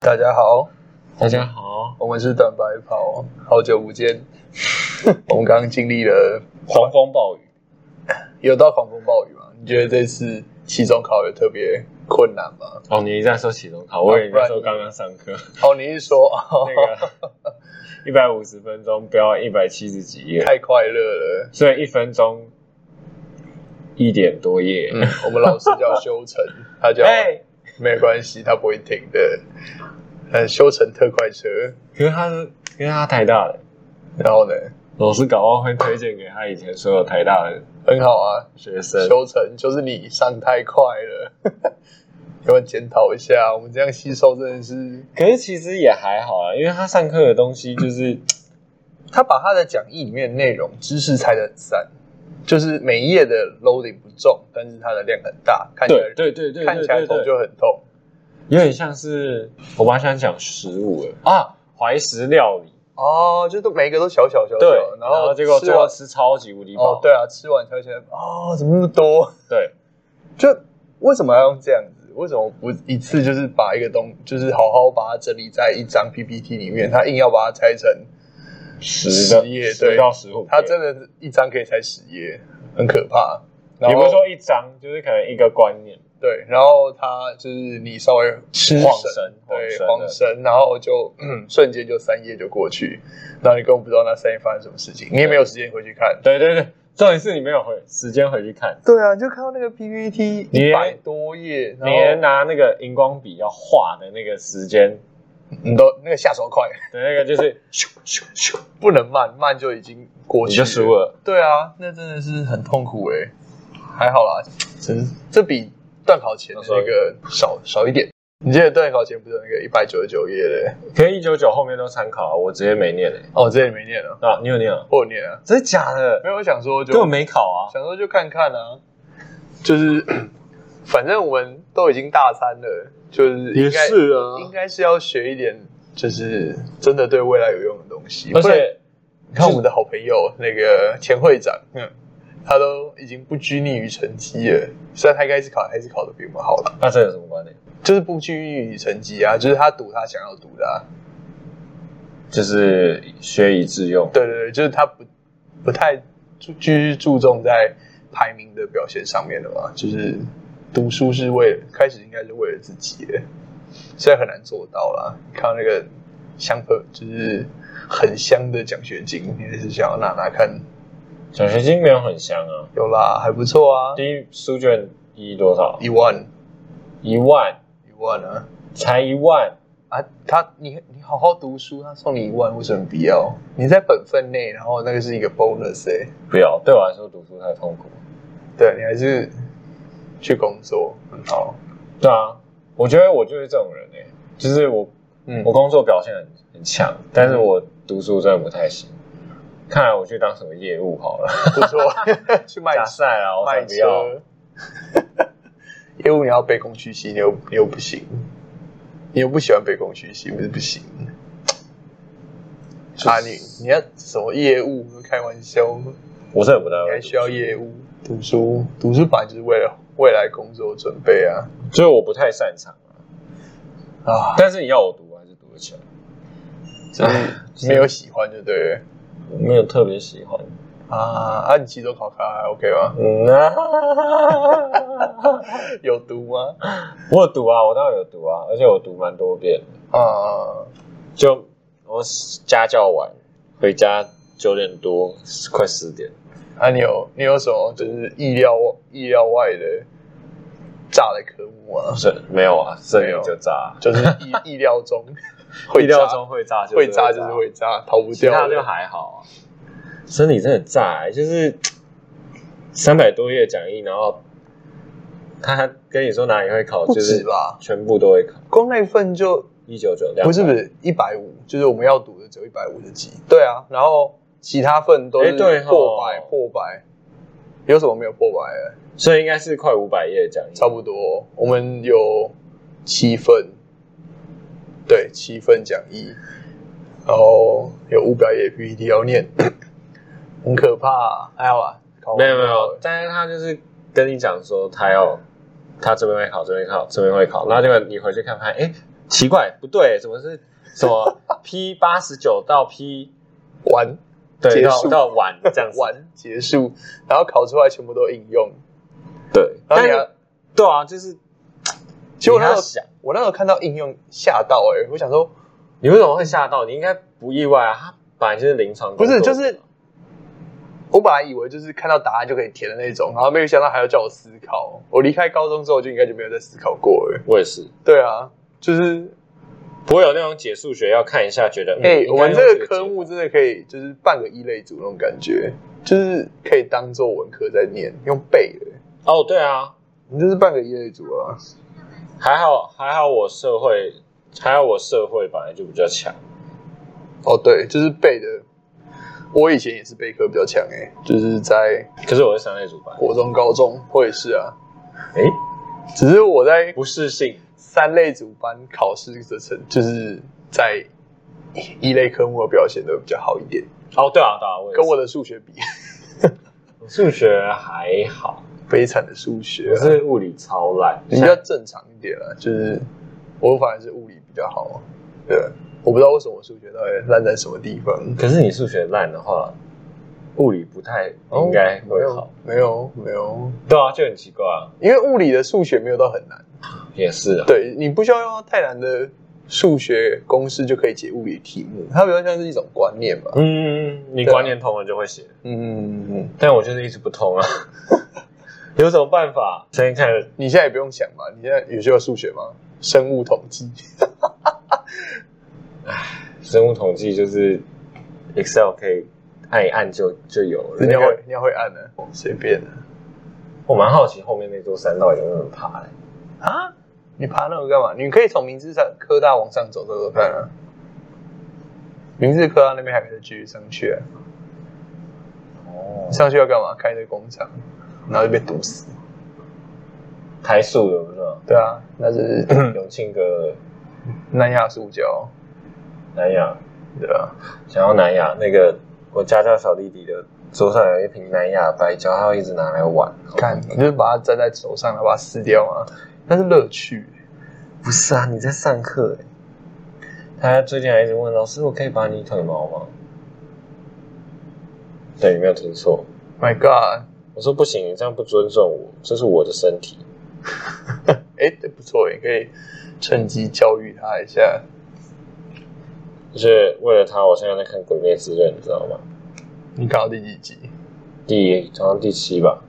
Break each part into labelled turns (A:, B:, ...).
A: 大家好，
B: 大家好，
A: 我们是短白袍，好久不见。 我们刚刚经历了
B: 狂风暴雨，
A: 有到狂风暴雨吗？你觉得这次期中考有特别困难吗？
B: 哦，你一在说期中考，我以为你在说刚刚上课
A: 哦，你是说、哦、
B: 那 个一百五十分钟标一百七十几页，
A: 太快乐了？
B: 所以一分钟一点多页。
A: 嗯，我们老师叫修成，他叫
B: 哎，
A: 没关系，他不会停的。呃，修成特快车，
B: 可是他是，可是他台大的，
A: 然后呢，
B: 老师搞不好会推荐给他以前所有台大的
A: 很好啊。
B: 学生。
A: 修成就是你上太快了， 要不要检讨一下？我们这样吸收真的是
B: 可是其实也还好啊，因为他上课的东西 就是
A: 他把他的讲义里面的内容知识拆的很散，就是每一页的 loading 不重，但是它的量很大，看起来
B: 对对对对
A: 看
B: 对
A: 起来
B: 对
A: 头
B: 对，
A: 就很痛。
B: 有点像是我妈想讲食物了啊，怀石料理。
A: 哦，就都每一个都小小小小，
B: 对，
A: 然
B: 后
A: 后
B: 结果
A: 吃
B: 最后
A: 完
B: 吃超级无敌饱。
A: 哦，对啊，吃完才会觉得哦，怎么那么多？
B: 对
A: 就为什么要用这样子？为什么不一次就是把一个东，就是好好把它整理在一张 PPT 里面？他硬要把它拆成，
B: 十
A: 十页对
B: 十到十五页，
A: 他真的是一张可以拆十页，很可怕。然
B: 也
A: 后
B: 不是说一张，就是可能一个观念。
A: 对，然后他就是你稍微吃
B: 晃神
A: 对，晃
B: 晃神的
A: 神，然后就、 嗯、瞬间就三页就过去，然后你根本不知道那三页发生什么事情，你也没有时间回去看。
B: 对对对，重点是你没有回时间回去看，
A: 对啊，你就看到那个 PPT
B: 你
A: 一百多页，
B: 你连
A: 然后
B: 拿那个荧光笔要画的那个时间
A: 你都那个下手快，
B: 的那个，就是咻咻咻，
A: 不能慢，慢就已经过
B: 你
A: 去
B: 就输。了。
A: 对啊，那真的是很痛苦哎、还好啦，真这比段考前的那个少少一点。你记得段考前不是有那个一百九十九页的？
B: 可一九九后面都参考啊，我直接没念诶。
A: 哦，我之前没念了，
B: 啊，你有念啊？
A: 我有念啊，
B: 真的假的
A: 没？有我想说就
B: 根本没考啊。
A: 想说就看看啊，就是反正我们都已经大三了，就是应该
B: 啊
A: 应该是要学一点，就是真的对未来有用的东西。
B: 而
A: 不然
B: 且
A: 你看我们的好朋友那个钱会长，嗯，他都已经不拘泥于成绩了，虽然他一开始考还是考的比我们好了，
B: 那这有什么关联？
A: 就是不拘泥于成绩啊，就是他读他想要读的、啊，
B: 就是学以致用。
A: 对对对，就是他不不太注继续注重在排名的表现上面了嘛，就是读书是为了开始应该是为了自己的，虽然很难做到啦。看到那个香喷，就是很香的奖学金，你也是想要拿拿看，
B: 奖学金没有很香啊，
A: 有啦，还不错啊，
B: 第一书卷一多少？
A: 一万
B: 一万，
A: 一万啊
B: 才一万，
A: 啊！他你你好好读书，他送你一万，为什么不要？你在本分内，然后那个是一个 bonus 哎、
B: 不要，对我来说读书太痛苦。
A: 对你还是去工作很好，
B: 对啊，我觉得我就是这种人哎、就是我
A: 嗯
B: 我工作表现很很强，但是我读书真的不太行。看来我去当什么业务好了，
A: 不 错，去卖
B: 假赛啊，我才
A: 卖
B: 不要。
A: 车。 业务你要卑躬屈膝，你又你又不行，你又不喜欢卑躬屈膝，不是不行。
B: 就是
A: 啊，你你要什么业务？开玩笑，你
B: 我真的不太
A: 还
B: 会读，
A: 需要业务？读书，读书本来就是为了未来工作准备啊
B: 就是我不太擅长啊。
A: 啊！
B: 但是你要我读，我还是读得起来，啊
A: 就是没有喜欢就对了
B: 我没有特别喜欢。
A: 啊啊！你期中考卡还 OK 吗？
B: 嗯啊，
A: 有读吗？
B: 我有读啊，我当然有读啊，而且我读蛮多遍的。
A: 啊，
B: 就我家教完回家九点多，快十点。
A: 啊，你有你有什么就是意料意料外的炸的科目啊？
B: 是没有啊，这
A: 没有
B: 里就炸，
A: 就是意意料 中会
B: 意料中会炸
A: 炸
B: 就
A: 会炸
B: 炸
A: 就是，会炸，逃不
B: 其
A: 掉
B: 他
A: 的。
B: 就还好啊。生理真的炸、欸，就是三百多页讲义，然后他跟你说哪里会考，
A: 不
B: 就
A: 止
B: 是
A: 吧？
B: 全部都会考。
A: 光那一份就
B: 一九九两
A: 不是不，是一百五，150, 就是我们要读的只有一百五十几。对啊，然后其他份都是
B: 哎对吼
A: 破百、破百，有什么没有破百的？
B: 所以应该是快五百页的讲义，
A: 差不多，我们有七份，对，七份讲义，然后有五百页 PPT 要念， 很可怕、啊，还好吧？考
B: 没
A: 完
B: 有没
A: 就好
B: 有
A: 了，，
B: 但是他就是跟你讲说他要他这边会考，这边会考，这边会考，那结果你回去看看，哎、奇怪，不对，怎么是 什么 P 八十九到 P
A: 完
B: 对
A: 结
B: 到
A: 束
B: 到晚这样子
A: 完结束，然后考出来全部都应用。
B: 对，
A: 然
B: 但
A: 后你要
B: 对啊，就是
A: 其实我那时
B: 你要
A: 候
B: 想，
A: 我那时候看到应用吓到哎、欸我想说
B: 你为什么会吓到？你应该不意外啊，他本来就是临床
A: 不
B: 工
A: 是，
B: 作者，
A: 就是我本来以为就是看到答案就可以填的那种，然后没有想到还要叫我思考。我离开高中之后就应该就没有再思考过了。
B: 我也是，
A: 对啊，就是
B: 不会有那种解数学要看一下觉得，嗯
A: 哎、
B: 应该
A: 我们
B: 用
A: 这个
B: 个解
A: 科目真的可以就是半个一类组那种感觉，就是可以当做文科在念，用背的。
B: 哦，对啊，
A: 你就是半个一类组啊，
B: 还好还好，我社会还好我社会本来就比较强，
A: 哦，对，就是背的。我以前也是背科比较强哎、就是在
B: 可是我是三类主班，
A: 国中、高中我也是啊，
B: 哎，
A: 只是我在
B: 不适性，
A: 三类组班考试的成，就是在一类科目的表现的比较好一点，
B: 哦，对啊对啊，我也是
A: 跟我的数学比，
B: 数学还好，
A: 悲惨的数学
B: 可
A: 啊、
B: 是物理超烂，
A: 比较正常一点啦，就是我反而是物理比较好，对，我不知道为什么我数学到底烂在什么地方，
B: 可是你数学烂的话，物理不太应该会好。
A: 哦没有没有，
B: 对啊，就很奇怪啊。
A: 因为物理的数学没有到很难，
B: 也是啊，
A: 对你不需要用到太难的数学公式就可以解物理题目，它比较像是一种观念吧，
B: 嗯，你观念通了就会写，
A: 嗯嗯嗯。
B: 但我就是一直不 通啊。有什么办法？现在看
A: 你现在也不用想嘛，你现在有需要数学吗？生物统计，
B: 生物统计就是 Excel 可以按一按就就有了。
A: 你
B: 那
A: 要
B: 个
A: 会你要会按呢、啊，随便啊
B: 我蛮好奇后面那座山到底有没有人爬嘞？
A: 啊！你爬那个干嘛？你可以从明治上科大往上走走走看啊。明治科大那边还可以继续上去、啊，
B: 哦，
A: 上去要干嘛？开一堆工厂，然后就被毒死。
B: 台塑的不 是吗？
A: 对啊，那是
B: 永庆哥
A: 南亚塑胶，
B: 南亚，
A: 对啊，
B: 想要南亚那个我家教小弟弟的桌上有一瓶南亚白胶，他会一直拿来玩。
A: 看你就是把它粘在手上，然后把它撕掉啊，那是乐趣。
B: 不是啊，你在上课哎。他最近还一直问老师：“我可以拔你腿毛吗？”对，你没有听错。
A: My God，
B: 我说不行，你这样不尊重我，这是我的身体。
A: 哎、不错，也可以趁机教育他一下。
B: 而且为了他，我现在在看《鬼灭之刃》，你知道吗？
A: 你看到第几集？
B: 第好像第七吧。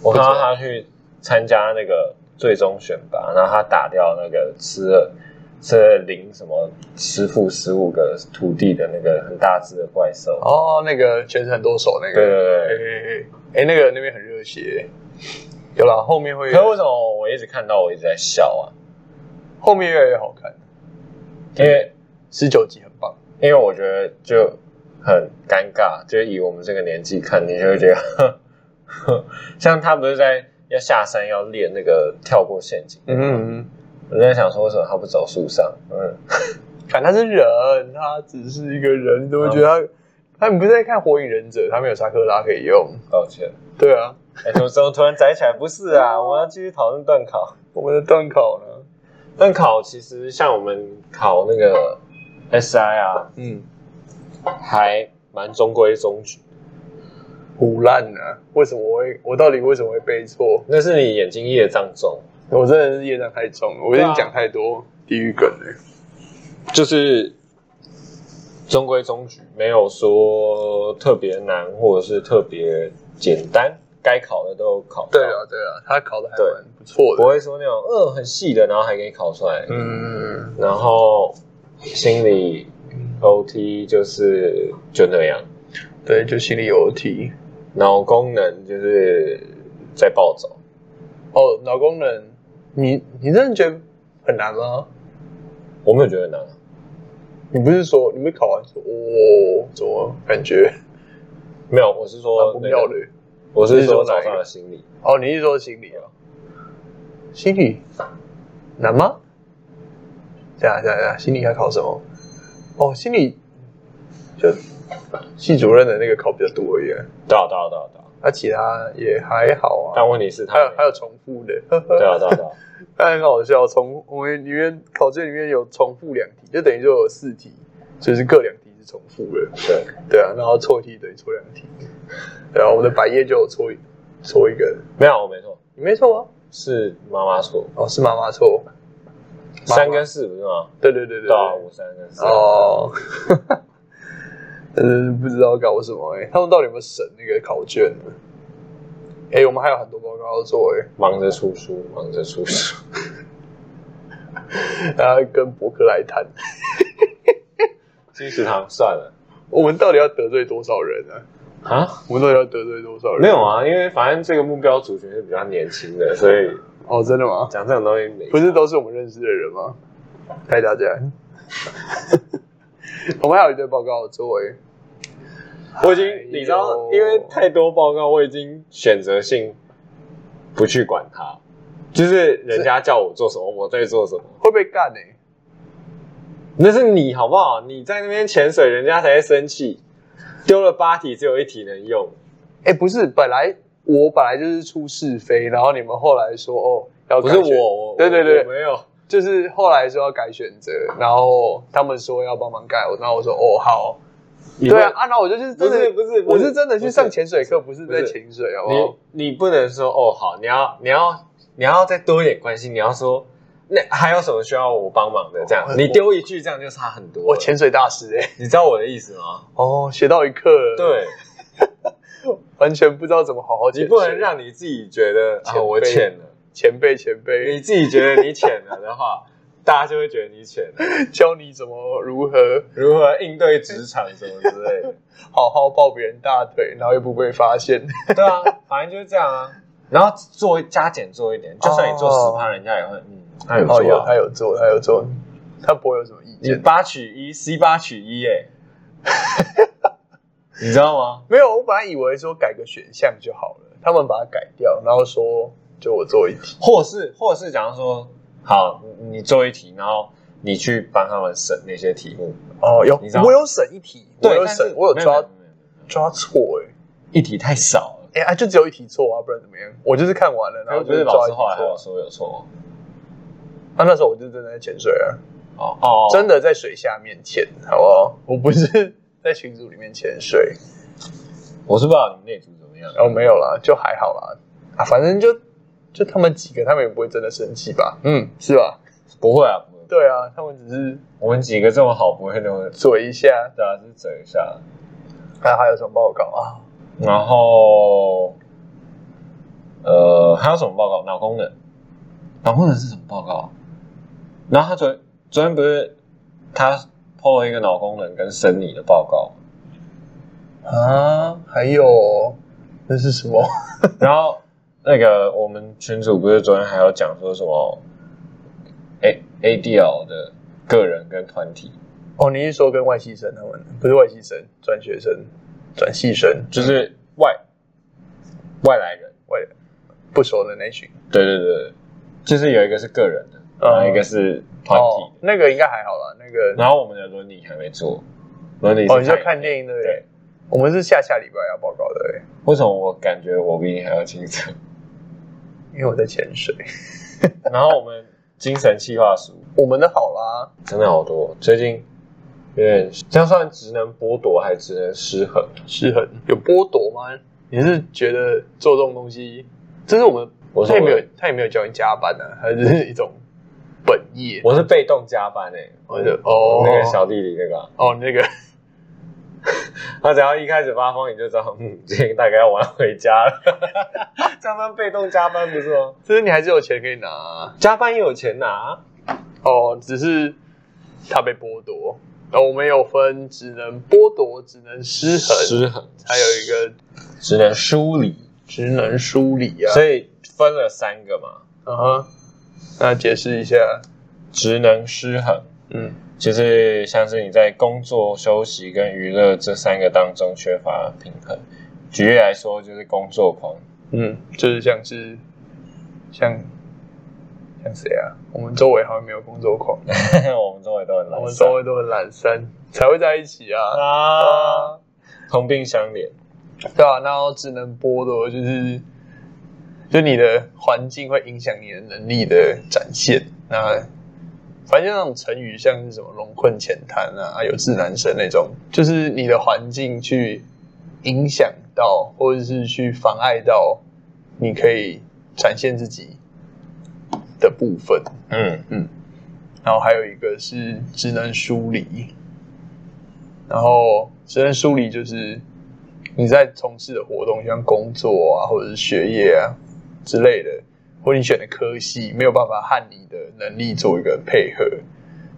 B: 我看到他去参加那个最终选拔，然后他打掉那个吃了吃了零什么师傅十五个徒弟的那个很大只的怪兽。
A: 哦，那个全身很多手那
B: 对对
A: 个，
B: 对
A: 哎。哎哎，那个那边很热血，有啦，后面会
B: 可是为什么我一直看到我一直在笑啊？
A: 后面越来越好看，
B: 因为
A: 十九集很棒，
B: 因为我觉得就很尴尬，就以我们这个年纪看，你就会觉得， 呵呵像他不是在要下山要练那个跳过陷阱，
A: 嗯嗯，
B: 我在想说为什么他不走树上？嗯，
A: 反正他是人，他只是一个人，你都会觉得他，他你不是在看《火影忍者》，他没有沙克拉可以用，
B: 抱歉，
A: 对啊，
B: 哎，怎么怎么突然摘起来？不是啊，我们要继续讨论段考。
A: 我们的段考呢？
B: 段考其实像我们考那个 SI 啊，
A: 嗯，
B: 还蛮中规中矩。
A: 胡烂啊！为什么我会？我到底为什么会背错？
B: 那是你眼睛业障重，
A: 我真的是业障太重了，我已经讲太多地狱梗了。
B: 就是中规中矩，没有说特别难或者是特别简单，该考的都有考到，
A: 对啊，对啊，他考的还蛮不错
B: 不
A: 的。
B: 会说那种嗯很细的，然后还给你考出来，
A: 嗯，
B: 然后心理 OT 就是就那样，
A: 对，就心里有题。
B: 然后功能就是在暴走，
A: 哦，脑功能，你你真的觉得很难吗？
B: 我没有觉得难，
A: 你不是说你不是考完说哦，怎么感觉
B: 没有，我是
A: 蛮
B: 说
A: 不
B: 那
A: 妙
B: 个
A: 的？
B: 我是说
A: 你是说哪
B: 早
A: 一个
B: 上的心理，
A: 哦，你是说心理啊？心理难吗？对啊对啊对啊，心理要考什么？哦，心理就系主任的那个考比较多一点。
B: 对啊对啊对啊对啊，
A: 那、其他也还好啊。
B: 但问 题是他
A: 还有还有重复的，呵呵
B: 对啊对啊对啊，
A: 但很好笑，重我们里面考卷里面有重复两题，就等于就有四题，就是各两题是重复的。
B: 对，
A: 对啊，然后错一题等于错两题。对啊，我们的百页就有错一错一个，
B: 没有我没错，
A: 你没错啊？
B: 是妈妈错，
A: 哦，是妈妈错。妈妈
B: 三跟四不是吗？
A: 对对对对
B: 对啊，我三跟四。
A: 哦， 呃，不知道搞什么哎、他们到底有没有审那个考卷呢？哎、我们还有很多报告要做哎、
B: 忙着出书，忙着出书，
A: 然后跟伯克来谈，
B: 金石堂算了
A: 我们到底要得罪多少人呢、啊？
B: 啊？
A: 我们到底要得罪多少人？
B: 没有啊，因为反正这个目标族群是比较年轻的，所以
A: 哦，真的吗？
B: 讲这种东西没
A: 不是都是我们认识的人吗？嗨，大家， 我们还有一堆报告要做哎、
B: 我已经，你知道，因为太多报告，我已经选择性不去管它，就是人家叫我做什么，我在做什么。
A: 会被干哎、
B: 那是你好不好？你在那边潜水，人家才会生气。丢了八题，只有一题能用，
A: 哎、不是，本来我本来就是出是非，然后你们后来说哦要
B: 不是
A: 改选
B: 我，我
A: 对对对
B: 我没有。
A: 就是后来说要改选择，然后他们说要帮忙改，然后我说哦好，对啊，，啊然后我就是
B: 不
A: 真
B: 是
A: 的，
B: 不是，
A: 我是真的去上
B: 不是
A: 潜水课，不是
B: 不是
A: 在潜水，好不好？
B: 你你不能说哦好，你要你要你要再多一点关心，你要说那还有什么需要我帮忙的？这样
A: 我
B: 你丢一句，这样就差很多了。
A: 我潜水大师哎、
B: 你知道我的意思吗？
A: 哦，学到一课了，，
B: 对，
A: 完全不知道怎么好好潜水。
B: 你不能让你自己觉得
A: 前
B: 啊
A: 辈
B: 我浅了，
A: 前辈前辈
B: 你自己觉得你浅了的话， 大家就会觉得你浅了。
A: 教你怎么如何
B: 如何应对职场什么之类的，
A: 好好抱别人大腿，然后又不被发现。
B: 对啊，反正就是这样啊。然后做加减做一点，就算你做
A: 哦
B: 十趴，人家也会嗯，他有
A: 哦，
B: 做
A: 有
B: 啊
A: 他。有做，他有做，他不会有什么意
B: 你
A: 见。
B: 八取一，C 八取一，哎， 你知道吗？
A: 没有，我本来以为说改个选项就好了，他们把它改掉，然后说就我做一题。
B: 或是或是，假如说，好，你你做一题，然后你去帮他们审那些题目，
A: 哦，有
B: 你知道
A: 我有审一题，我有
B: 但是
A: 审，我有
B: 没
A: 抓
B: 没没没没没
A: 抓错哎、
B: 一题太少了。
A: 哎、啊就只有一题错啊，不然怎么样？我就是看完了，然后
B: 不
A: 就是是
B: 老
A: 抓一
B: 师
A: 题
B: 后来还有
A: 错。
B: 说有错
A: 他、那时候我就真的在潜水啊，
B: 哦哦，
A: 真的在水下面潜，好不好？我不是 在群组里面潜水，
B: 我是不知道你们内组怎么样。
A: 哦，没有啦，就还好啦，啊，反正就就他们几个，他们也不会真的生气吧？嗯，是吧？
B: 不会啊，不会，
A: 对啊，他们只是
B: 我们几个这么好，不会那么
A: 嘴一下，
B: 对啊，是整一下。
A: 还、啊、还有什么报告啊？
B: 然后，呃，还有什么报告？脑功能，脑功能是什么报告？啊然后他昨昨天不是他 PO 了一个脑功能跟生理的报告，
A: 啊，还有那是什么？
B: 然后那个我们群主不是昨天还有讲说什么 A ADL 的个人跟团体，
A: 哦，你是说跟外系生他们不是外系生，转学生、转系生，
B: 就是外外来人，
A: 外不熟的那群
B: 对对对，对就是有一个是个人的，然后一个是团体
A: 哦
B: 的，，
A: 那个应该还好啦，那个
B: 然后我们的伦理还没做，伦理是
A: 哦，你就看电影的，
B: 对，
A: 我们是下下礼拜要报告的、欸，
B: 为什么我感觉我比你还要精神？
A: 因为我在潜水，
B: 然后我们精神计划书
A: 我们的好啦，
B: 真的好多，最近有点这样算职能剥夺还是职能失衡？
A: 失衡有剥夺吗？你是觉得做这种东西，这是我们
B: 我是
A: 他也没有他也没有叫你加班啊，还是一种本业，
B: 我是被动加班诶、
A: 我就哦
B: 那个小弟弟那个啊，
A: 哦那个。
B: 他只要一开始发疯，你就知道，嗯，今天大概要晚回家 了。这样算被动加班不是吗？
A: 就是你还是有钱可以拿啊
B: 加班也有钱拿，
A: 哦，只是他被剥夺。那我们有分只能剥夺、只能失衡，
B: 失衡，
A: 还有一个
B: 职能梳理，
A: 职能梳理啊。
B: 所以分了三个嘛，
A: 嗯哼，那解释一下，
B: 职能失衡。
A: 嗯，
B: 就是像是你在工作、休息跟娱乐这三个当中缺乏平衡。举例来说，就是工作狂，
A: 嗯，就是像是像像谁啊？我们周围好像没有工作狂，
B: 我们周围都很
A: 我
B: 懒
A: 们周
B: 散
A: 围都很懒散，才会在一起啊。
B: 啊，
A: 啊，
B: 同病相怜。
A: 对啊，然后只能剥夺就是，就你的环境会影响你的能力的展现。那反正那种成语，像是什么“龙困浅滩”啊，“有志难伸”那种，就是你的环境去影响到，或者是去妨碍到你可以展现自己的部分。
B: 嗯，
A: 然后还有一个是职能梳理，然后职能梳理就是你在从事的活动，像工作啊，或者是学业啊之类的，或者你选的科系没有办法和你的能力做一个配合，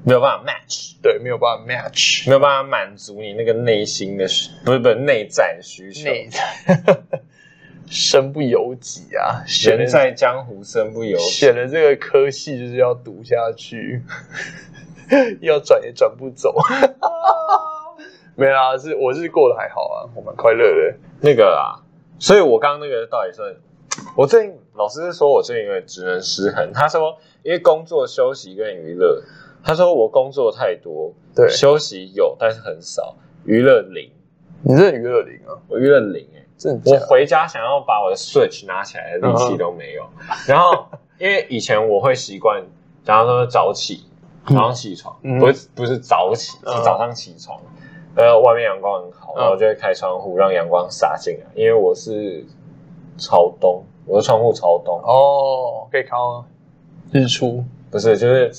B: 没有办法 match，
A: 对，没有办法 match
B: 没有办法满足你那个内心的需，不是不是内在的需求。
A: 内 在，身不由己啊，选
B: 人
A: 了
B: 在江湖身不由己，
A: 选了哦这个科系就是要读下去，要转也转不走。没啦，是我是过得还好啊，我蛮快乐的。
B: 那个啊，所以我刚刚那个到底算？我最近老师是说我最近有点职能失衡，他说因为工作、休息跟娱乐，他说我工作太多，
A: 对，
B: 休息有但是很少，娱乐零，
A: 你这娱乐零啊，
B: 我娱乐零哎、
A: 真的
B: 我
A: 假的？
B: 回家想要把我的 Switch 拿起来的力气都没有。
A: 嗯
B: 然后，因为以前我会习惯，假如说早起，
A: 嗯
B: 早上起床，
A: 嗯
B: 不是不是早起，
A: 嗯
B: 是早上起床。呃，外面阳光很好，
A: 嗯
B: 然后我就会开窗户让阳光洒进来，因为我是朝东，我的窗户朝东，
A: 哦，可以看到日出，
B: 不是就是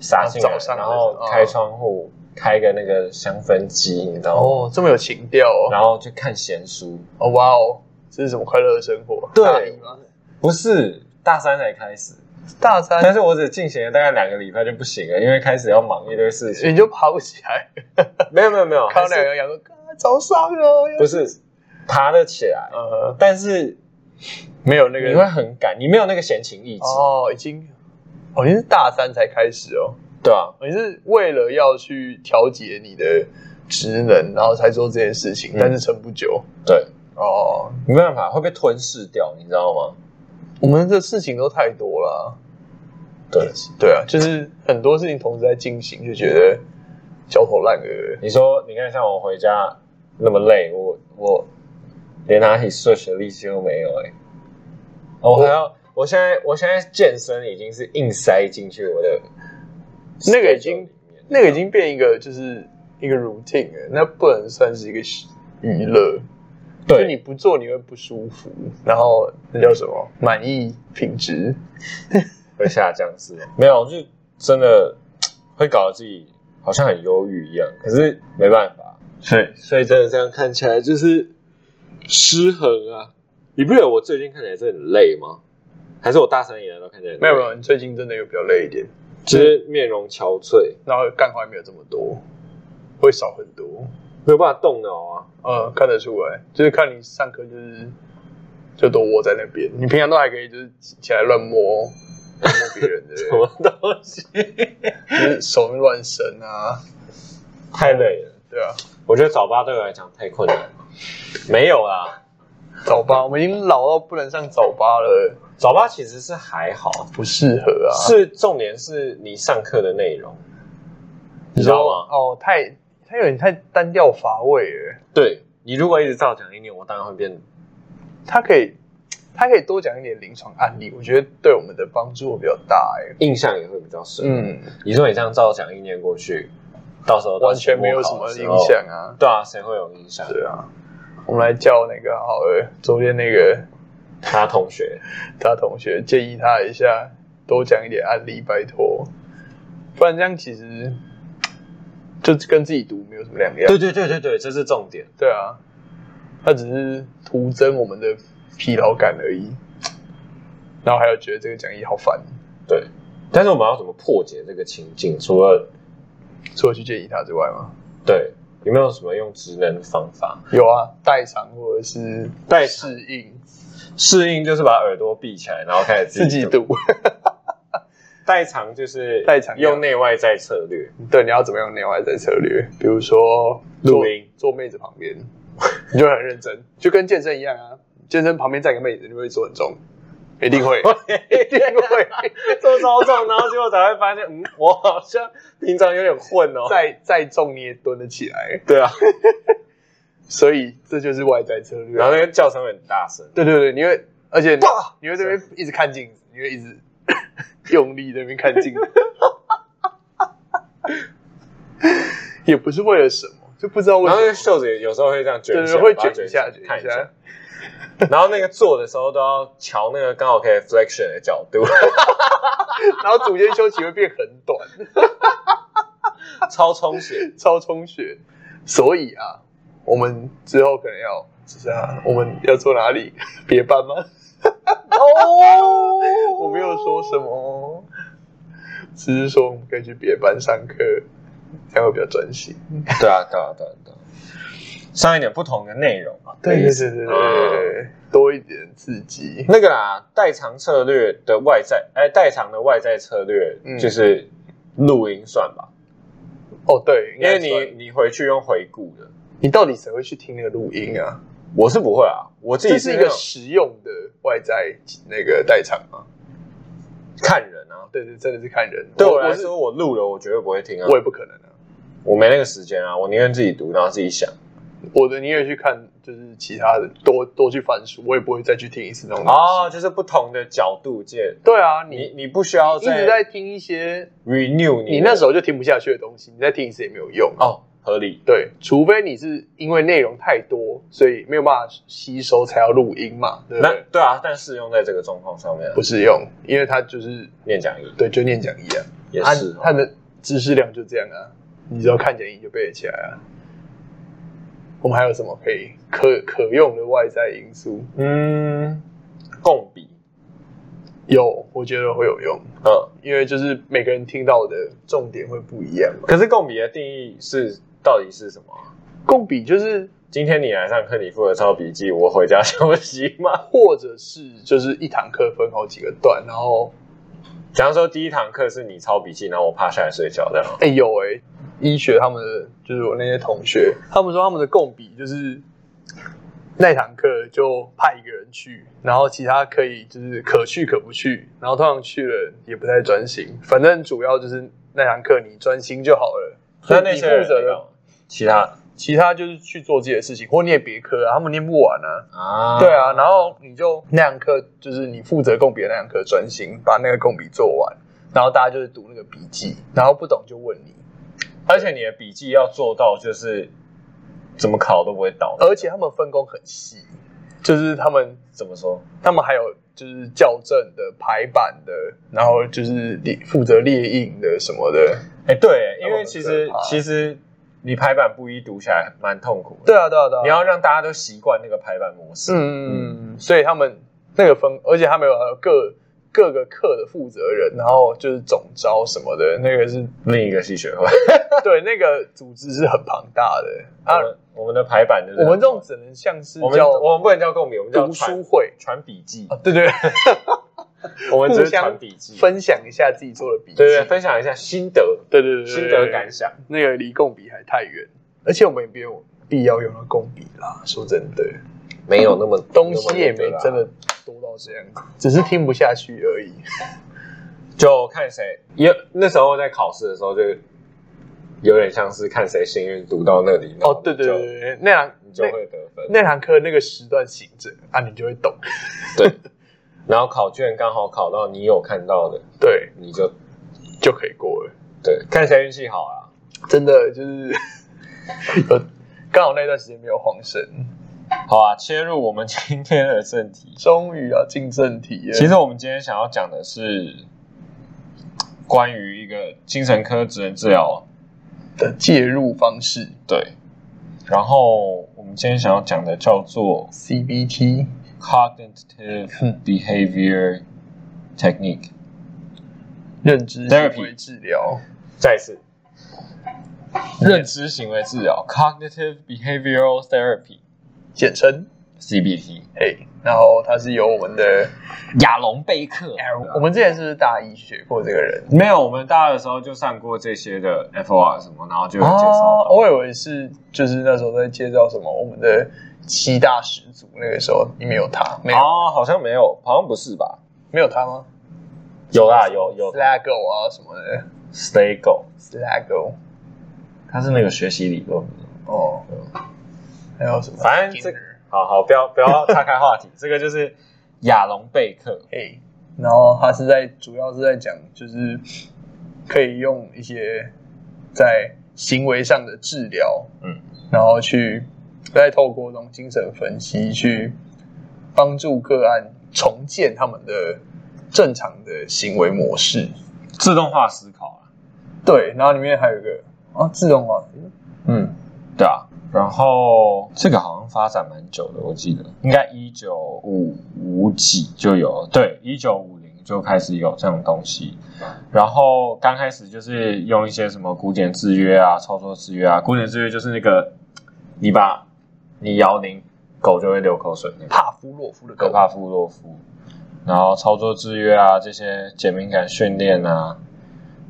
B: 洒进来，
A: 哦早上的
B: 然后开窗户开个那个香氛机，你知道吗？
A: 哦，这么有情调哦。
B: 然后就看闲书，
A: 哦，哇哦，这是什么快乐的生活？
B: 对
A: 大一吗？
B: 不是大三才开始。
A: 大三
B: 但是我只进行了大概两个礼拜就不行了，因为开始要忙一堆事情。
A: 你就爬不起来，
B: 没有没有没 有，
A: 看
B: 还
A: 到
B: 是
A: 两个羊说啊早上了，要
B: 不是爬得起来，
A: 呃，
B: 但是
A: 没有那
B: 你会
A: 个
B: 很赶，你没有那个闲情逸致，
A: 哦，已经哦，你是大三才开始哦。
B: 对啊，
A: 你是为了要去调节你的职能，然后才做这件事情，
B: 嗯
A: 但是撑不久
B: 对，
A: 哦。
B: 啊没办法会被吞噬掉，你知道吗？
A: 我们的事情都太多了，啊
B: 对，
A: 对啊，就是很多事情同时在进行，就觉得焦头烂额。
B: 你说你看像我回家那么累，我我连拿起 Switch 的力气都没有哎、欸哦我还要，我现在我现在健身已经是硬塞进去我的
A: 那个已
B: schedule
A: 经
B: 里面
A: 那个已经变一个就是一个 routine 了，那不能算是一个娱乐。
B: 对
A: 就你不做你会不舒服，然后那叫什么？满意品质
B: 会下降是吗？没有，就真的会搞得自己好像很忧郁一样，可是没办法。对，所以真的这样看起来就是失衡啊！你不觉得我最近看起来是很累吗？还是我大三以来都看起来很累
A: 没有没，有，你最近真的有比较累一点，
B: 只是面容憔悴，
A: 然后干话也没有这么多，会少很多。
B: 没有办法动脑啊。
A: 嗯，看得出来，就是看你上课就是就都窝在那边，你平常都还可以就是起来乱摸乱摸别 人的，
B: 什么东西？
A: 就是手乱伸啊，
B: 太累了，
A: 对啊。
B: 我觉得早八对我来讲太困难了。没有啦，
A: 早八，我们已经老到不能上早八了，
B: 早八其实是还好，
A: 不适合啊。
B: 是重点是你上课的内容，你
A: 你
B: 知
A: 说
B: 道吗？
A: 哦，太他有点太单调乏味了。
B: 对你如果一直照讲一念，我当然会变。
A: 他可以，他可以多讲一点临床案例，我觉得对我们的帮助比较大哎、
B: 印象也会比较深。
A: 嗯，
B: 你说你这样照讲一念过去，到时候到
A: 完全没有什
B: 期末考
A: 么
B: 的
A: 影
B: 时候。
A: 响啊。
B: 对啊，谁会有印象？
A: 对啊，我们来叫那个好了，昨天那个
B: 他同学，
A: 他同学建议他一下，多讲一点案例，拜托，不然这样其实就跟自己读没有什么两样。
B: 对对对对对，这是重点。
A: 对啊，他只是徒增我们的疲劳感而已。然后还有觉得这个讲义好烦，
B: 对，但是我们要怎么破解这个情境？除了
A: 除了去建议他之外吗？
B: 对，有没有什么用职能的方法？
A: 有啊，代偿或者是
B: 代偿
A: 适应
B: 适应就是把耳朵闭起来，然后开始
A: 自
B: 己
A: 己
B: 读。
A: 读。
B: 代偿就是
A: 代偿
B: 用内外在策 略。
A: 对，你要怎么样内外在策略？比如说
B: 录
A: 坐
B: 音
A: 坐妹子旁边， 你就很认真，就跟健身一样啊。健身旁边站一个妹子，你会做很重，一定 会，一定会。
B: 做操纵，然后结果才会发现，嗯，我好像平常有点混哦。
A: 再再重你也蹲得起来。
B: 对啊，
A: 所以这就是外在策略。啊
B: 然后那个叫声会很大声，
A: 对对对，你会，而且你
B: 哇
A: 你会这边一直看镜子，你会一直 用力在那边看镜子， 也不是为了什么，就不知道为
B: 然后那
A: 什
B: 个
A: 么，
B: 袖子有有时候会这样卷
A: 对
B: 一
A: 对，
B: 下，
A: 会
B: 把它
A: 卷
B: 卷
A: 一下，卷
B: 卷
A: 一下。
B: 然后那个做的时候都要瞧那个刚好可以 flexion 的角度，
A: 然后组间休息会变很短，
B: 超充血。
A: 超充血。所以啊，我们之后可能要，就是啊，我们要做哪里？ 别班吗？
B: 哦，
A: 我没有说什么，只是说我们可以去别班上课，这样会比较专心。
B: 对啊，对啊，对啊，对啊，上一点不同的内容啊嘛。
A: 对
B: 类
A: 对
B: 似
A: 对对对对，对，多一点刺激。
B: 那个啦，代偿策略的外在，哎，代偿的外在策略
A: 嗯
B: 就是录音算吧，
A: 哦，对，应
B: 因为
A: 该算
B: 你你回去用回顾的，
A: 你到底谁会去听那个录音啊？
B: 我是不会啊，我自己
A: 这
B: 是
A: 是一
B: 那
A: 个
B: 种
A: 实用的外在那个代偿吗？
B: 看人啊。
A: 对对，真的是看人。
B: 对我来
A: 我是
B: 说，我录了，我绝对不会听啊，
A: 我也不可能啊。
B: 我没那个时间啊，我宁愿自己读，然后自己想。
A: 我的宁愿去看，就是其他的多多去翻书，我也不会再去听一次那种东西。
B: 哦，就是不同的角度见，
A: 对啊，
B: 你
A: 你
B: 你不需要
A: 一直
B: 再
A: 在听一些
B: renew 你
A: 你那时
B: 候
A: 候就听不下去的东西，你再听一次也没有用。
B: 哦合理，
A: 对，除非你是因为内容太多，所以没有办法吸收才要录音嘛，对不
B: 那
A: 对？
B: 对啊，但适用在这个状况上面啊
A: 不，适用，因为它就是
B: 念讲义
A: 对，就念讲义啊，
B: 也
A: 它
B: 是哦
A: 它的知识量就这样啊，你只要看讲义就背得起来啊。我们还有什么可以可可用的外在因素？
B: 嗯，共笔，
A: 有，我觉得会有用，
B: 嗯，
A: 因为就是每个人听到的重点会不一样嘛。
B: 可是共笔的定义是到底是什么啊？
A: 共笔就是，
B: 今天你来上课，你负责抄笔记，我回家休息嘛。
A: 或者是就是一堂课分好几个段，然后
B: 假如说第一堂课是你抄笔记，然后我趴下来睡觉，这样
A: 哎、有哎、医学他们的就是我那些同学，他们说他们的共笔就是那堂课就派一个人去，然后其他可以就是可去可不去，然后通常去了也不太专心，反正主要就是那堂课你专心就好了。
B: 那那
A: 你
B: 些人
A: 负责
B: 你干
A: 的
B: 嘛其他
A: 其他就是去做自己的事情，或念别科啊，他们念不完啊。
B: 啊
A: 对啊，然后你就那堂课就是你负责共笔的那堂课专心把那个共笔做完，然后大家就是读那个笔记，然后不懂就问你，
B: 而且你的笔记要做到就是怎么考都不会倒，
A: 而且他们分工很细，就是他们
B: 怎么说？
A: 他们还有就是校正的、排版的，然后就是列负责列印的什么的。
B: 哎、对，
A: 那
B: 因
A: 我
B: 为
A: 很
B: 其实
A: 可怕
B: 其实你排版不一读起来蛮痛苦的，
A: 对啊，对啊，对啊。
B: 你要让大家都习惯那个排版模式。
A: 嗯，所以他们那个分，而且他们有各各个课的负责人，然后就是总招什么的，那个是
B: 另一个系学会，
A: 对那个组织是很庞大的
B: 我
A: 啊。
B: 们我们的排版就是
A: 我们这种只能像是
B: 我们
A: 叫
B: 我们不能叫共笔，我们叫
A: 读
B: 传
A: 书会
B: 传笔记
A: 啊，，对对，
B: 我们只
A: 互
B: 是传
A: 相
B: 笔记，
A: 分享一下自己做的笔记，
B: 对对，分享一下心得
A: 对对对对，
B: 心得感想。
A: 那个离共笔还太远，而且我们也没有必要用到共笔啦。说真的，
B: 没有那么
A: 东西也没真，的多到这样子，只是听不下去而已。
B: 就看谁。也那时候在考试的时候，就有点像是看谁幸运读到那里。
A: 哦，对对对
B: 然后
A: 对对，那堂
B: 你就，你就
A: 那
B: 会得分。
A: 那堂课那个时段醒着啊，你就会懂。
B: 对，然后考卷刚好考到你有看到的，
A: 对，
B: 你就
A: 就可以过了。
B: 对，看谁运气好啊。
A: 真的就是 有刚好那段时间没有慌神，
B: 好啊，切入我们今天的正题。
A: 终于啊进正题了。
B: 其实我们今天想要讲的是关于一个精神科职能治疗，
A: 的介入方式
B: 对。然后我们今天想要讲的叫做
A: CBT，
B: cognitive
A: 嗯
B: behavior technique。
A: 认知行为治疗，
B: 再一次，认知行为治疗 cognitive behavioral therapy
A: 简称
B: CBT。
A: 嘿。然后它是由我们的
B: 亚龙贝克，啊
A: 我们之前是不是大一学过这个人？
B: 哎没有，我们大二的时候就上过这些的 FOR 什么，然后就有介绍
A: 哦，
B: 到。
A: 我以为是就是那时候在介绍什么我们的七大始祖，那个时候里面有他，没有、
B: 哦，好像没有，好像不是吧？
A: 没有他吗
B: 有啦，有有
A: ？Slago 啊什么的
B: Stay Go，
A: ，Slago
B: 它是那个学习理论。
A: 哦，还有什么？
B: 反正这
A: Skinner
B: 好好不要不要岔开话题，这个就是亚龙贝克，
A: 嘿，然后他是在主要是在讲，就是可以用一些在行为上的治疗，
B: 嗯，
A: 然后去再透过这种精神分析去帮助个案重建他们的正常的行为模式。
B: 自动化思考啊，
A: 对，然后里面还有一个啊，自动化，
B: 嗯，对啊。然后这个好像发展蛮久的，我记得应该一九五五几就有，对，一九五零就开始有这种东西。然后刚开始就是用一些什么古典制约啊、操作制约啊，古典制约就是那个你把你摇铃，狗就会流口水那个。
A: 帕夫洛夫的
B: 可
A: 狗，
B: 怕夫洛夫，然后操作制约啊，这些减敏感训练啊，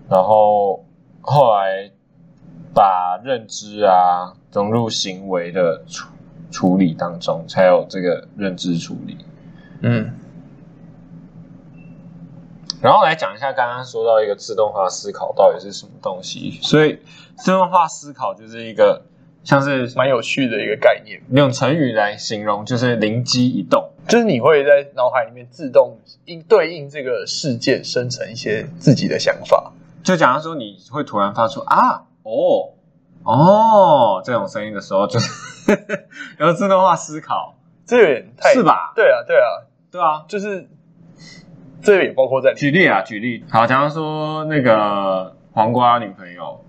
B: 然后后来把认知啊融入行为的处处理当中，才有这个认知处理。
A: 嗯，
B: 然后来讲一下刚刚说到一个自动化思考到底是什么东西。所以自动化思考就是一个像是
A: 蛮有趣的一个概念，
B: 用成语来形容，就是灵机一动。
A: 就是你会在脑海里面自动应对应这个事件生成一些自己的想法。
B: 就假如说你会突然发出啊哦哦这种声音的时候，就是 有自动化思考，
A: 这有点太
B: 是？吧？
A: 对啊，对啊，
B: 对啊。
A: 就是这也包括在里 面。
B: 举例啊，举例。好，假如说那个黄瓜女朋友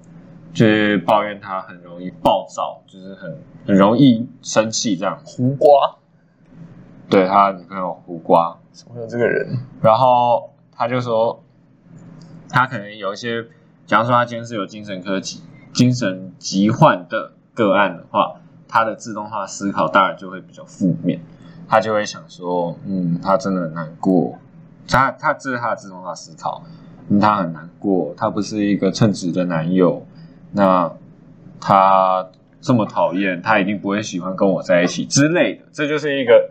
B: 就是抱怨她很容易暴躁，就是很很容易生气这样子。
A: 胡瓜，
B: 对他女朋友胡瓜，
A: 怎么会有这个人？
B: 然后他就说，他可能有一些，假如说他今天是有精神科疾、精神疾患的个案的话，他的自动化思考当然就会比较负面，他就会想说，嗯，他真的很难过，他他这是他的自动化思考，嗯，他很难过，他不是一个称职的男友，那他这么讨厌，他一定不会喜欢跟我在一起之类的，这就是一个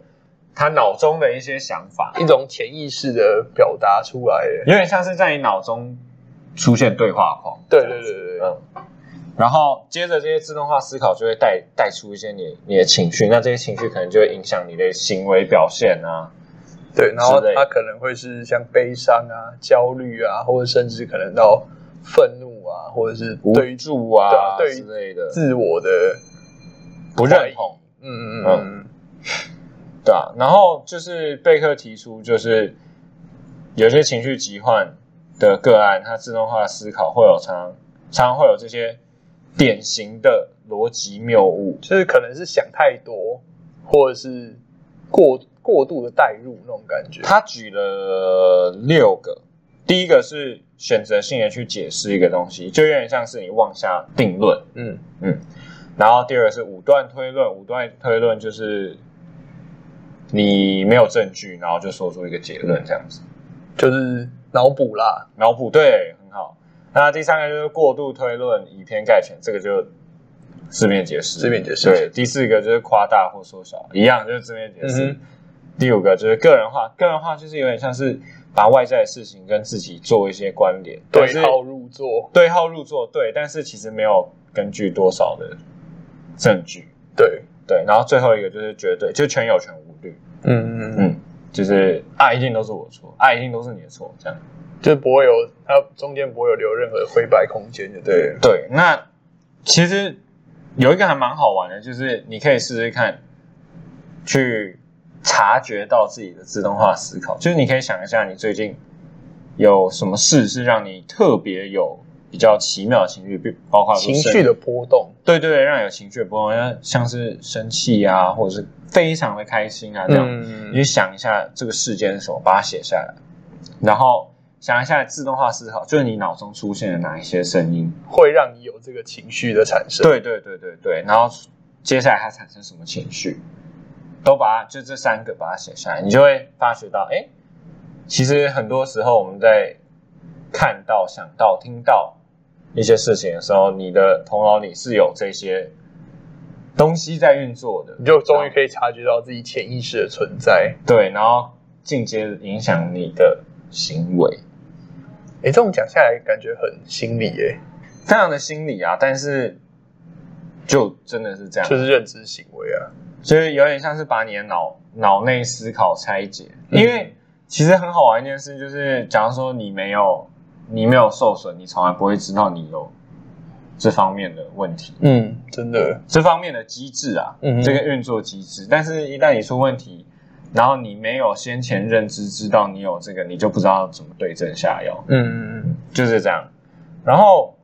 B: 他脑中的一些想法。
A: 一种潜意识的表达出来 的。
B: 有点像是在你脑中出现对话框。
A: 对对对对对，
B: 嗯。然后接着这些自动化思考就会带带出一些你你的情绪，那这些情绪可能就会影响你的行为表现啊。
A: 对，然后
B: 之类
A: 他可能会是像悲伤啊、焦虑啊，或者甚至可能到愤怒啊，或者是对于
B: 无助啊，
A: 对啊对于
B: 之类的，
A: 自我的
B: 不认同，
A: 嗯嗯嗯嗯，
B: 对啊。然后就是贝克提出，就是有些情绪疾患的个案，它自动化思考会有常常常会有这些典型的逻辑谬误，
A: 就是可能是想太多，或者是过过度的代入那种感觉。
B: 他举了六个，第一个是选择性的去解释一个东西，就有点像是你妄下定论。
A: 嗯，
B: 然后第二个是武断推论，武断推论就是你没有证据，然后就说出一个结论这样子。
A: 就是脑补啦。
B: 脑补对，很好。那第三个就是过度推论，以偏概全，这个就字面解释。
A: 字面解释
B: 对，第四个就是夸大或缩小，一样就是字面解
A: 嗯
B: 释。
A: 哼
B: 第五个就是个人化，个人化就是有点像是把外在的事情跟自己做一些关联，但
A: 对
B: 是
A: 号入座，
B: 对号入座，对，但是其实没有根据多少的证据，
A: 对，
B: 对。然后最后一个就是绝对，就全有全无律，
A: 嗯嗯嗯，
B: 嗯，就是啊，一定都是我错，啊，一定都是你的错，这样。
A: 就不会有它中间不会有留任何灰白空间，就对了。
B: 对，那其实有一个还蛮好玩的，就是你可以试试看，去察觉到自己的自动化思考。就是你可以想一下，你最近有什么事是让你特别有比较奇妙的情绪，比包括说
A: 情
B: 生
A: 绪的波动，
B: 对对对，让你有情绪的波动，像像是生气啊，或者是非常的开心啊这样。你
A: 嗯
B: 去想一下这个事件是什么，把它写下来，然后想一下自动化思考，就是你脑中出现了哪一些声音。
A: 会让你有这个情绪的产生。，
B: 对对对对对，然后接下来它产生什么情绪，都把它就这三个把它写下来，你就会发觉到，哎，其实很多时候我们在看到、想到、听到一些事情的时候，你的头脑里是有这些东西在运作的
A: 你，就终于可以察觉到自己潜意识的存在。
B: 对，然后间接影响你的行为，
A: 诶，这种讲下来感觉很心理耶、
B: 非常的心理啊，但是就真的是这样，
A: 就是认知行为啊。
B: 就是有点像是把你的脑脑内思考拆解，
A: 嗯
B: 因为其实很好玩一件事，就是假如说你没有你没有受损，你从来不会知道你有这方面的问题，
A: 嗯，真的，
B: 这方面的机制啊，
A: 嗯哼
B: 这个运作机制。但是，一旦你出问题，然后你没有先前认知知道你有这个，你就不知道怎么对症下药，
A: 嗯嗯
B: 就是这样。然后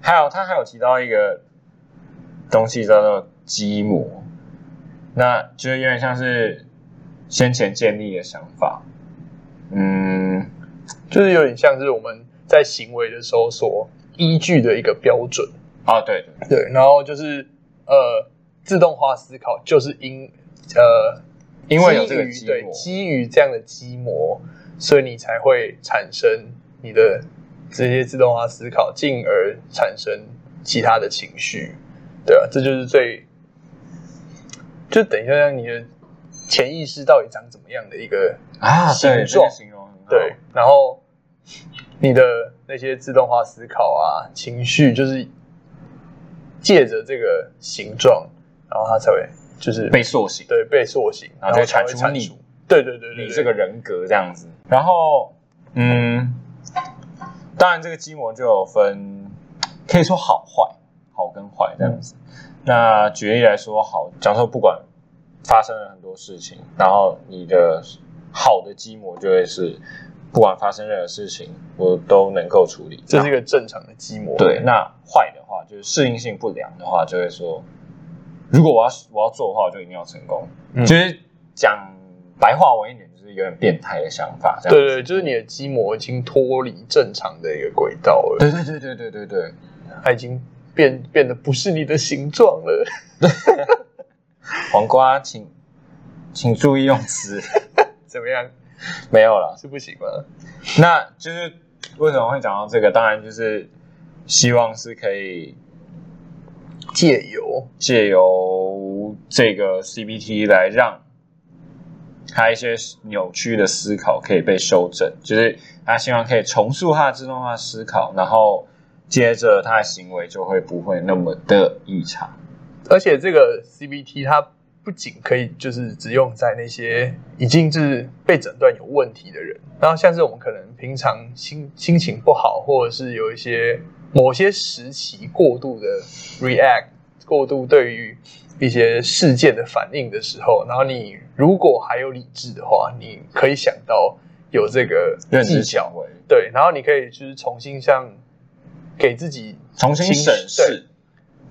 B: 还有他还有提到一个东西叫做基模，那就是有点像是先前建立的想法，嗯，
A: 嗯，就是有点像是我们在行为的时候所依据的一个标准。
B: 哦对对，
A: 对，然后就是呃，自动化思考就是因呃，
B: 因为有这个
A: 基
B: 基
A: 于对
B: 模，
A: 基于这样的基模，所以你才会产生你的这些自动化思考，进而产生其他的情绪。对啊，这就是最就等一下让你的潜意识到底长怎么样的一个
B: 啊
A: 形状
B: 对，这个形容很好
A: 对，然后你的那些自动化思考啊、情绪，就是借着这个形状，然后它才会就是
B: 被塑形，
A: 对被塑形，
B: 然
A: 然
B: 后就
A: 后
B: 会
A: 才
B: 产
A: 会
B: 出
A: 产
B: 你
A: 出。对对对对，
B: 你
A: 对
B: 这个人格这样子。然后，嗯，当然这个基模就有分，可以说好坏，好跟坏这样子。那举例来说，好，假如说不管发生了很多事情，然后你的好的基模就会是，不管发生任何事情，我都能够处理。
A: 这是一个正常的基模。
B: 啊对，那坏的话就是适应性不良的话，就会说，如果我要我要做的话，我就一定要成功。
A: 嗯
B: 就是讲白话文一点，就是有点变态的想法。这样
A: 对对，就是你的基模已经脱离正常的一个轨道了，
B: 对对对对对对对，
A: 它已经变变得不是你的形状了。
B: 黄瓜，请请注意用词。
A: 怎么样？
B: 没有了，
A: 是不行吗？
B: 那就是为什么会讲到这个？当然就是希望是可以
A: 借由
B: 借由这个 CBT 来让他一些扭曲的思考可以被修正，就是他希望可以重塑他的自动化思考，然后接着他的行为就会不会那么的异常。
A: 而且这个 CBT 它不仅可以就是只用在那些已经是被诊断有问题的人，然后像是我们可能平常心心情不好，或者是有一些某些时期过度的 react，过度对于一些事件的反应的时候，然后你如果还有理智的话，你可以想到有这个
B: 认
A: 技
B: 知
A: 巧
B: 行，为，
A: 对，然后你可以就是重新像给自己
B: 重新审
A: 对
B: 视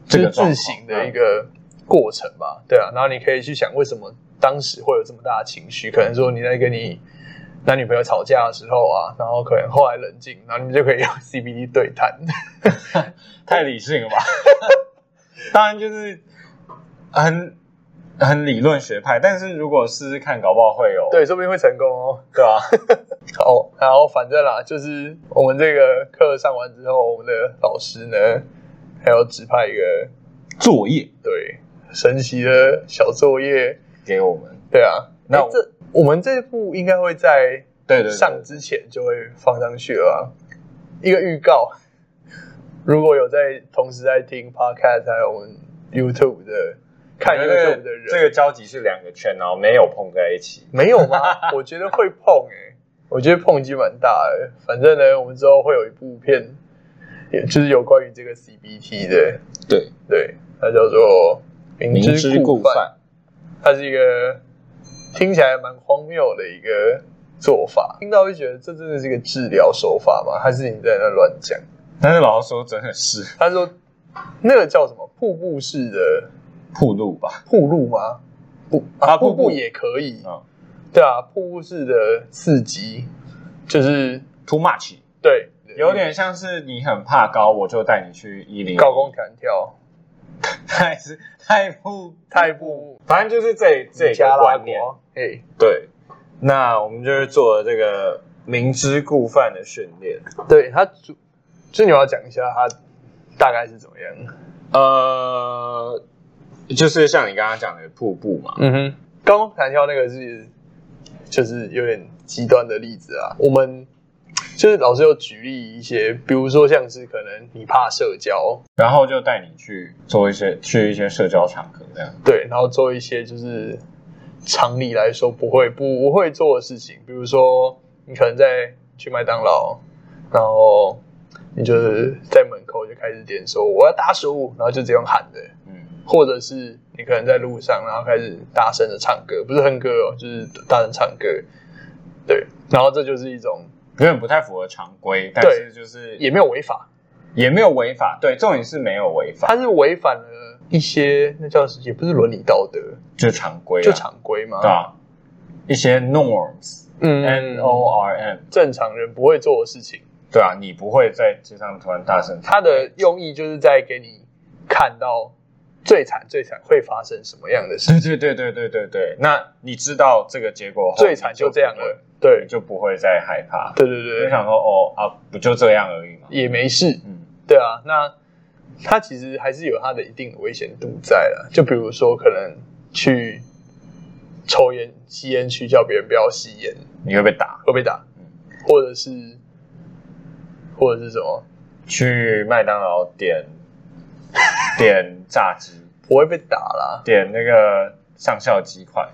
B: 这
A: 就是
B: 个
A: 自
B: 状况嗯
A: 省的一个过程吧，对啊，然后你可以去想为什么当时会有这么大的情绪，可能说你在跟你男女朋友吵架的时候啊，然后可能后来冷静，然后你们就可以用 CBD 对谈，
B: 太理性了吧？当然就是很很理论学派，但是如果试试看，搞不好会有
A: 对，说不定会成功哦。
B: 对啊，
A: 好，然后反正啦，就是我们这个课上完之后，我们的老师呢还要指派一个
B: 作业
A: 对神奇的小作业，
B: 给我们。
A: 对啊，
B: 那
A: 诶
B: 我
A: 这我们这部应该会在
B: 对对对
A: 上之前就会放上去了、啊，一个预告。 如果有在同时在听 podcast 还有我们 YouTube 的看
B: 我觉得
A: YouTube 的人，
B: 这个交集是两个圈，然后没有碰在一起。
A: 没有吗？ 我觉得会碰诶、我觉得碰击蛮大的。反正呢，我们之后会有一部片，也就是有关于这个 CBT 的，
B: 对，
A: 对，它叫做《明
B: 明
A: 知
B: 知
A: 故
B: 故
A: 犯》，
B: 犯。
A: 它是一个听起来蛮荒谬的一个做法，听到就觉得这真的是一个治疗手法吗？还是你在那乱讲？
B: 但是老实说，真的是
A: 他说那个叫什么瀑布式的
B: 铺路吧？
A: 铺路吗？不啊，
B: 啊
A: 瀑
B: 瀑布
A: 布也可以，
B: 嗯
A: 对啊，瀑布式的刺激就是
B: ，too much，
A: 对，
B: 有点像是你很怕高，我就带你去一零
A: 高空弹跳，
B: 太是太不
A: 太步
B: 反正就是这这
A: 加
B: 个
A: 拉
B: 观念。
A: 国，哎，
B: 对，那我们就是做了这个明知故犯的训练。
A: 对他主，就你要讲一下他大概是怎么样？
B: 呃，就是像你刚刚讲的瀑布嘛，
A: 嗯哼，高空弹跳那个是就是有点极端的例子啊。我们就是老师有举例一些，比如说像是可能你怕社交，
B: 然后就带你去做一些去一些社交场合这样。
A: 对，然后做一些就是常理来说不会不不会做的事情，比如说你可能在去麦当劳，然后你就是在门口就开始点说我要打数，然后就这样喊的，
B: 嗯，
A: 或者是你可能在路上，然后开始大声的唱歌，不是哼歌哦，就是大声唱歌，对，然后这就是一种
B: 有点不太符合常规，但是就是
A: 也没有违法，
B: 也没有违法，对，重点是没有违法，
A: 它是违反了一些那叫也不是伦理道德，
B: 就常规啊，
A: 就常规嘛，
B: 对啊，一些 norms，N
A: 嗯
B: O R M，
A: 正常人不会做的事情，
B: 对啊，你不会在街上突然大声唱，
A: 它的用意就是在给你看到最惨最惨会发生什么样的事，
B: 对对对对对对对，那你知道这个结果后，
A: 最惨就这样了，对
B: 你，就不会再害怕，
A: 对对对
B: 就
A: 对，
B: 想说哦啊，不就这样而已嘛，
A: 也没事，
B: 嗯，
A: 对啊，那它其实还是有它的一定的危险度在了。就比如说，可能去抽烟、吸烟区叫别人不要吸烟，
B: 你会被打，
A: 会被打
B: 嗯，
A: 或者是或者是什么，
B: 去麦当劳 点点炸鸡，
A: 不会被打啦，
B: 点那个上校鸡块，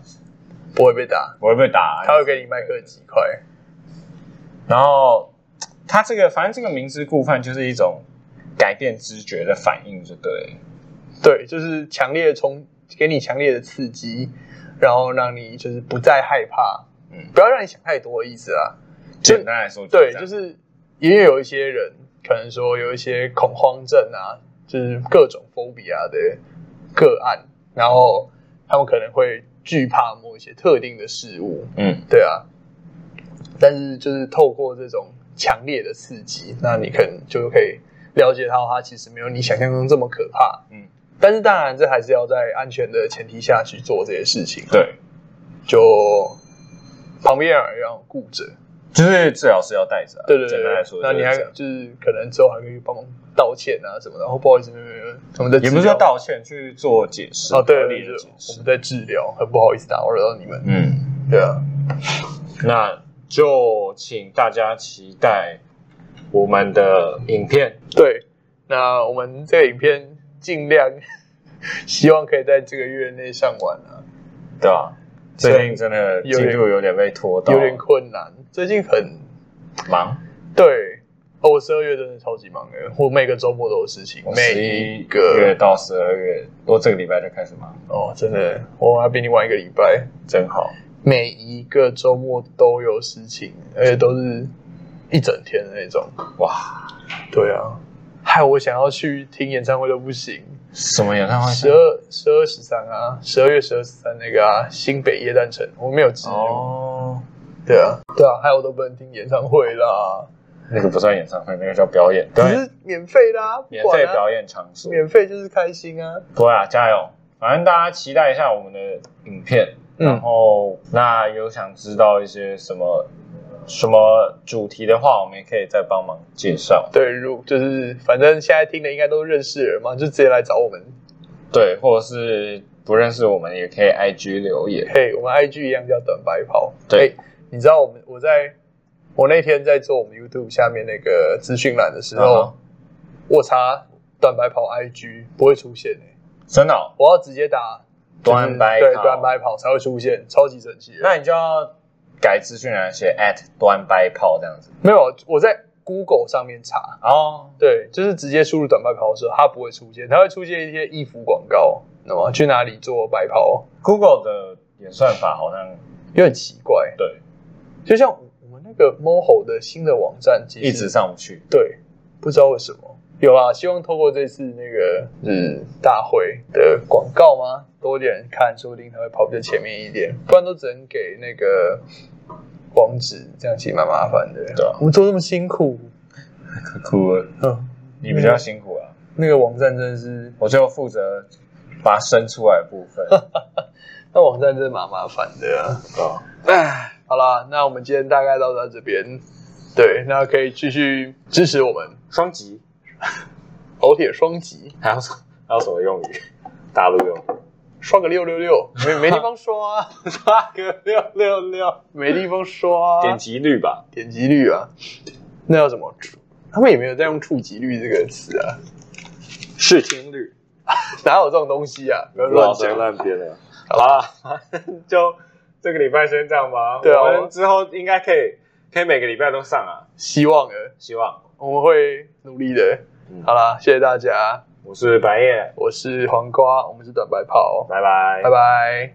A: 不会被打，
B: 我会被打，
A: 他会给你麦克几块，
B: 然后他这个反正这个明知故犯就是一种改变知觉的反应，就对了。
A: 对，就是强烈的冲，给你强烈的刺激，然后让你就是不再害怕，
B: 嗯
A: 不要让你想太多的意思啦。就
B: 简单来说，
A: 对，
B: 这样
A: 就是因为有一些人可能说有一些恐慌症啊，就是各种 phobia 的个案，然后他们可能会惧怕某一些特定的事物，
B: 嗯，
A: 对啊。但是就是透过这种强烈的刺激，那你可能就可以了解到它其实没有你想象中这么可怕，
B: 嗯。
A: 但是当然，这还是要在安全的前提下去做这些事情。，
B: 对，
A: 就旁边人要顾着，
B: 就是治疗师要带着啊。
A: 对对对，
B: 简单来说，
A: 那你还
B: 就是
A: 就是可能之后还可以帮忙道歉啊什么的，然后不好意思，没有没有没有，我们在
B: 这样也不
A: 治
B: 是
A: 疗
B: 说道歉，去做解释
A: 哦，对
B: 合
A: 对
B: 理的
A: 对，
B: 解
A: 我
B: 释
A: 们。在治疗，很不好意思打扰到你们，
B: 嗯，
A: 对啊，
B: 那就请大家期待我们的影片。
A: 对，那我们这个影片尽量 希望可以在这个月内上完啊，
B: 对啊，
A: 对
B: 最近真的
A: 有
B: 进
A: 点
B: 度有点被拖到，
A: 有点困难，最近很
B: 忙。
A: 对。哦，我十二月真的超级忙的，我每个周末都有事情，
B: 我十
A: 每
B: 一
A: 一个
B: 月到十二月，我这个礼拜就开始忙，
A: 哦，真的，我还比你晚一个礼拜。
B: 真好。
A: 每一个周末都有事情，而且都是一整天的那种。
B: 哇，
A: 对啊，害我想要去听演唱会都不行。
B: 什么演唱会？
A: 十二、十二、十三啊，十二月十二、十三那个啊，新北夜诞城，我没有记录。
B: 哦，
A: 对啊，对啊，害我都不能听演唱会啦，
B: 那个不算演唱会，那个叫表演，
A: 只
B: 表演
A: 是免费啦，不
B: 免
A: 管
B: 费
A: 啊
B: 表演场所。
A: 免费就是开心啊。
B: 对啊，加油！反正大家期待一下我们的影片，然
A: 嗯，
B: 后那有想知道一些什么什么主题的话，我们也可以再帮忙介绍。
A: 对，如就是反正现在听的应该都认识人嘛，就直接来找我们。
B: 对，或者是不认识我们也可以 IG 留言。
A: 嘿，我们 IG 一样叫短白袍。嘿，
B: 对
A: 你知道我们我在我那天在做我们 YouTube 下面那个资讯栏的时候
B: 嗯哼
A: 我查短白袍 IG 不会出现、欸、
B: 真的哦、
A: 我要直接打就是
B: 短白袍
A: 对短白袍才会出现，超级神奇的。
B: 那你就要改资讯栏写 at 端白炮这样子。
A: 没有，我在 Google 上面查，
B: 哦，
A: 对，就是直接输入短白袍的时候，它不会出现，它会出现一些衣服广告，那么去哪里做白袍，
B: Google 的演算法好像
A: 也很奇怪。
B: 对
A: 就像我们那个 MOHO 的新的网站，其实
B: 一直上不去，
A: 对，不知道为什么。有啊，希望透过这次那个嗯大会的广告吗，多点看，说不定它会跑比较前面一点，不然都只能给那个网址，这样其实蛮麻烦的。
B: 对啊
A: 我们做这么辛苦，
B: 可酷了。
A: 嗯，
B: 你比较辛苦啊，
A: 那个网站真的是，
B: 我就负责把它生出来的部分。
A: 那网站真的蛮麻烦的、啊。
B: 哦
A: 唉，好啦，那我们今天大概到到这边，对，那可以继续支持我们
B: 双极
A: 老铁双击。
B: 还有什还有什么用语？大陆用语
A: 刷个六六六，没没地方刷、 啊，刷个六六六，没地方刷、啊，
B: 点击率吧，
A: 点击率啊，那叫什么？他们也没有在用触及率这个词啊，
B: 视听率，
A: 哪有这种东西啊？不要
B: 老
A: 乱
B: 在
A: 讲。
B: 乱编了。好啦，反正 就这个礼拜先这样吧。
A: 对啊
B: 我们之后应该可以，可以每个礼拜都上啊，
A: 希望的，
B: 希望。
A: 我们会努力的
B: 嗯。
A: 好啦，谢谢大家，
B: 我是白夜，
A: 我是黄瓜，我们是短白炮，
B: 拜拜，
A: 拜拜。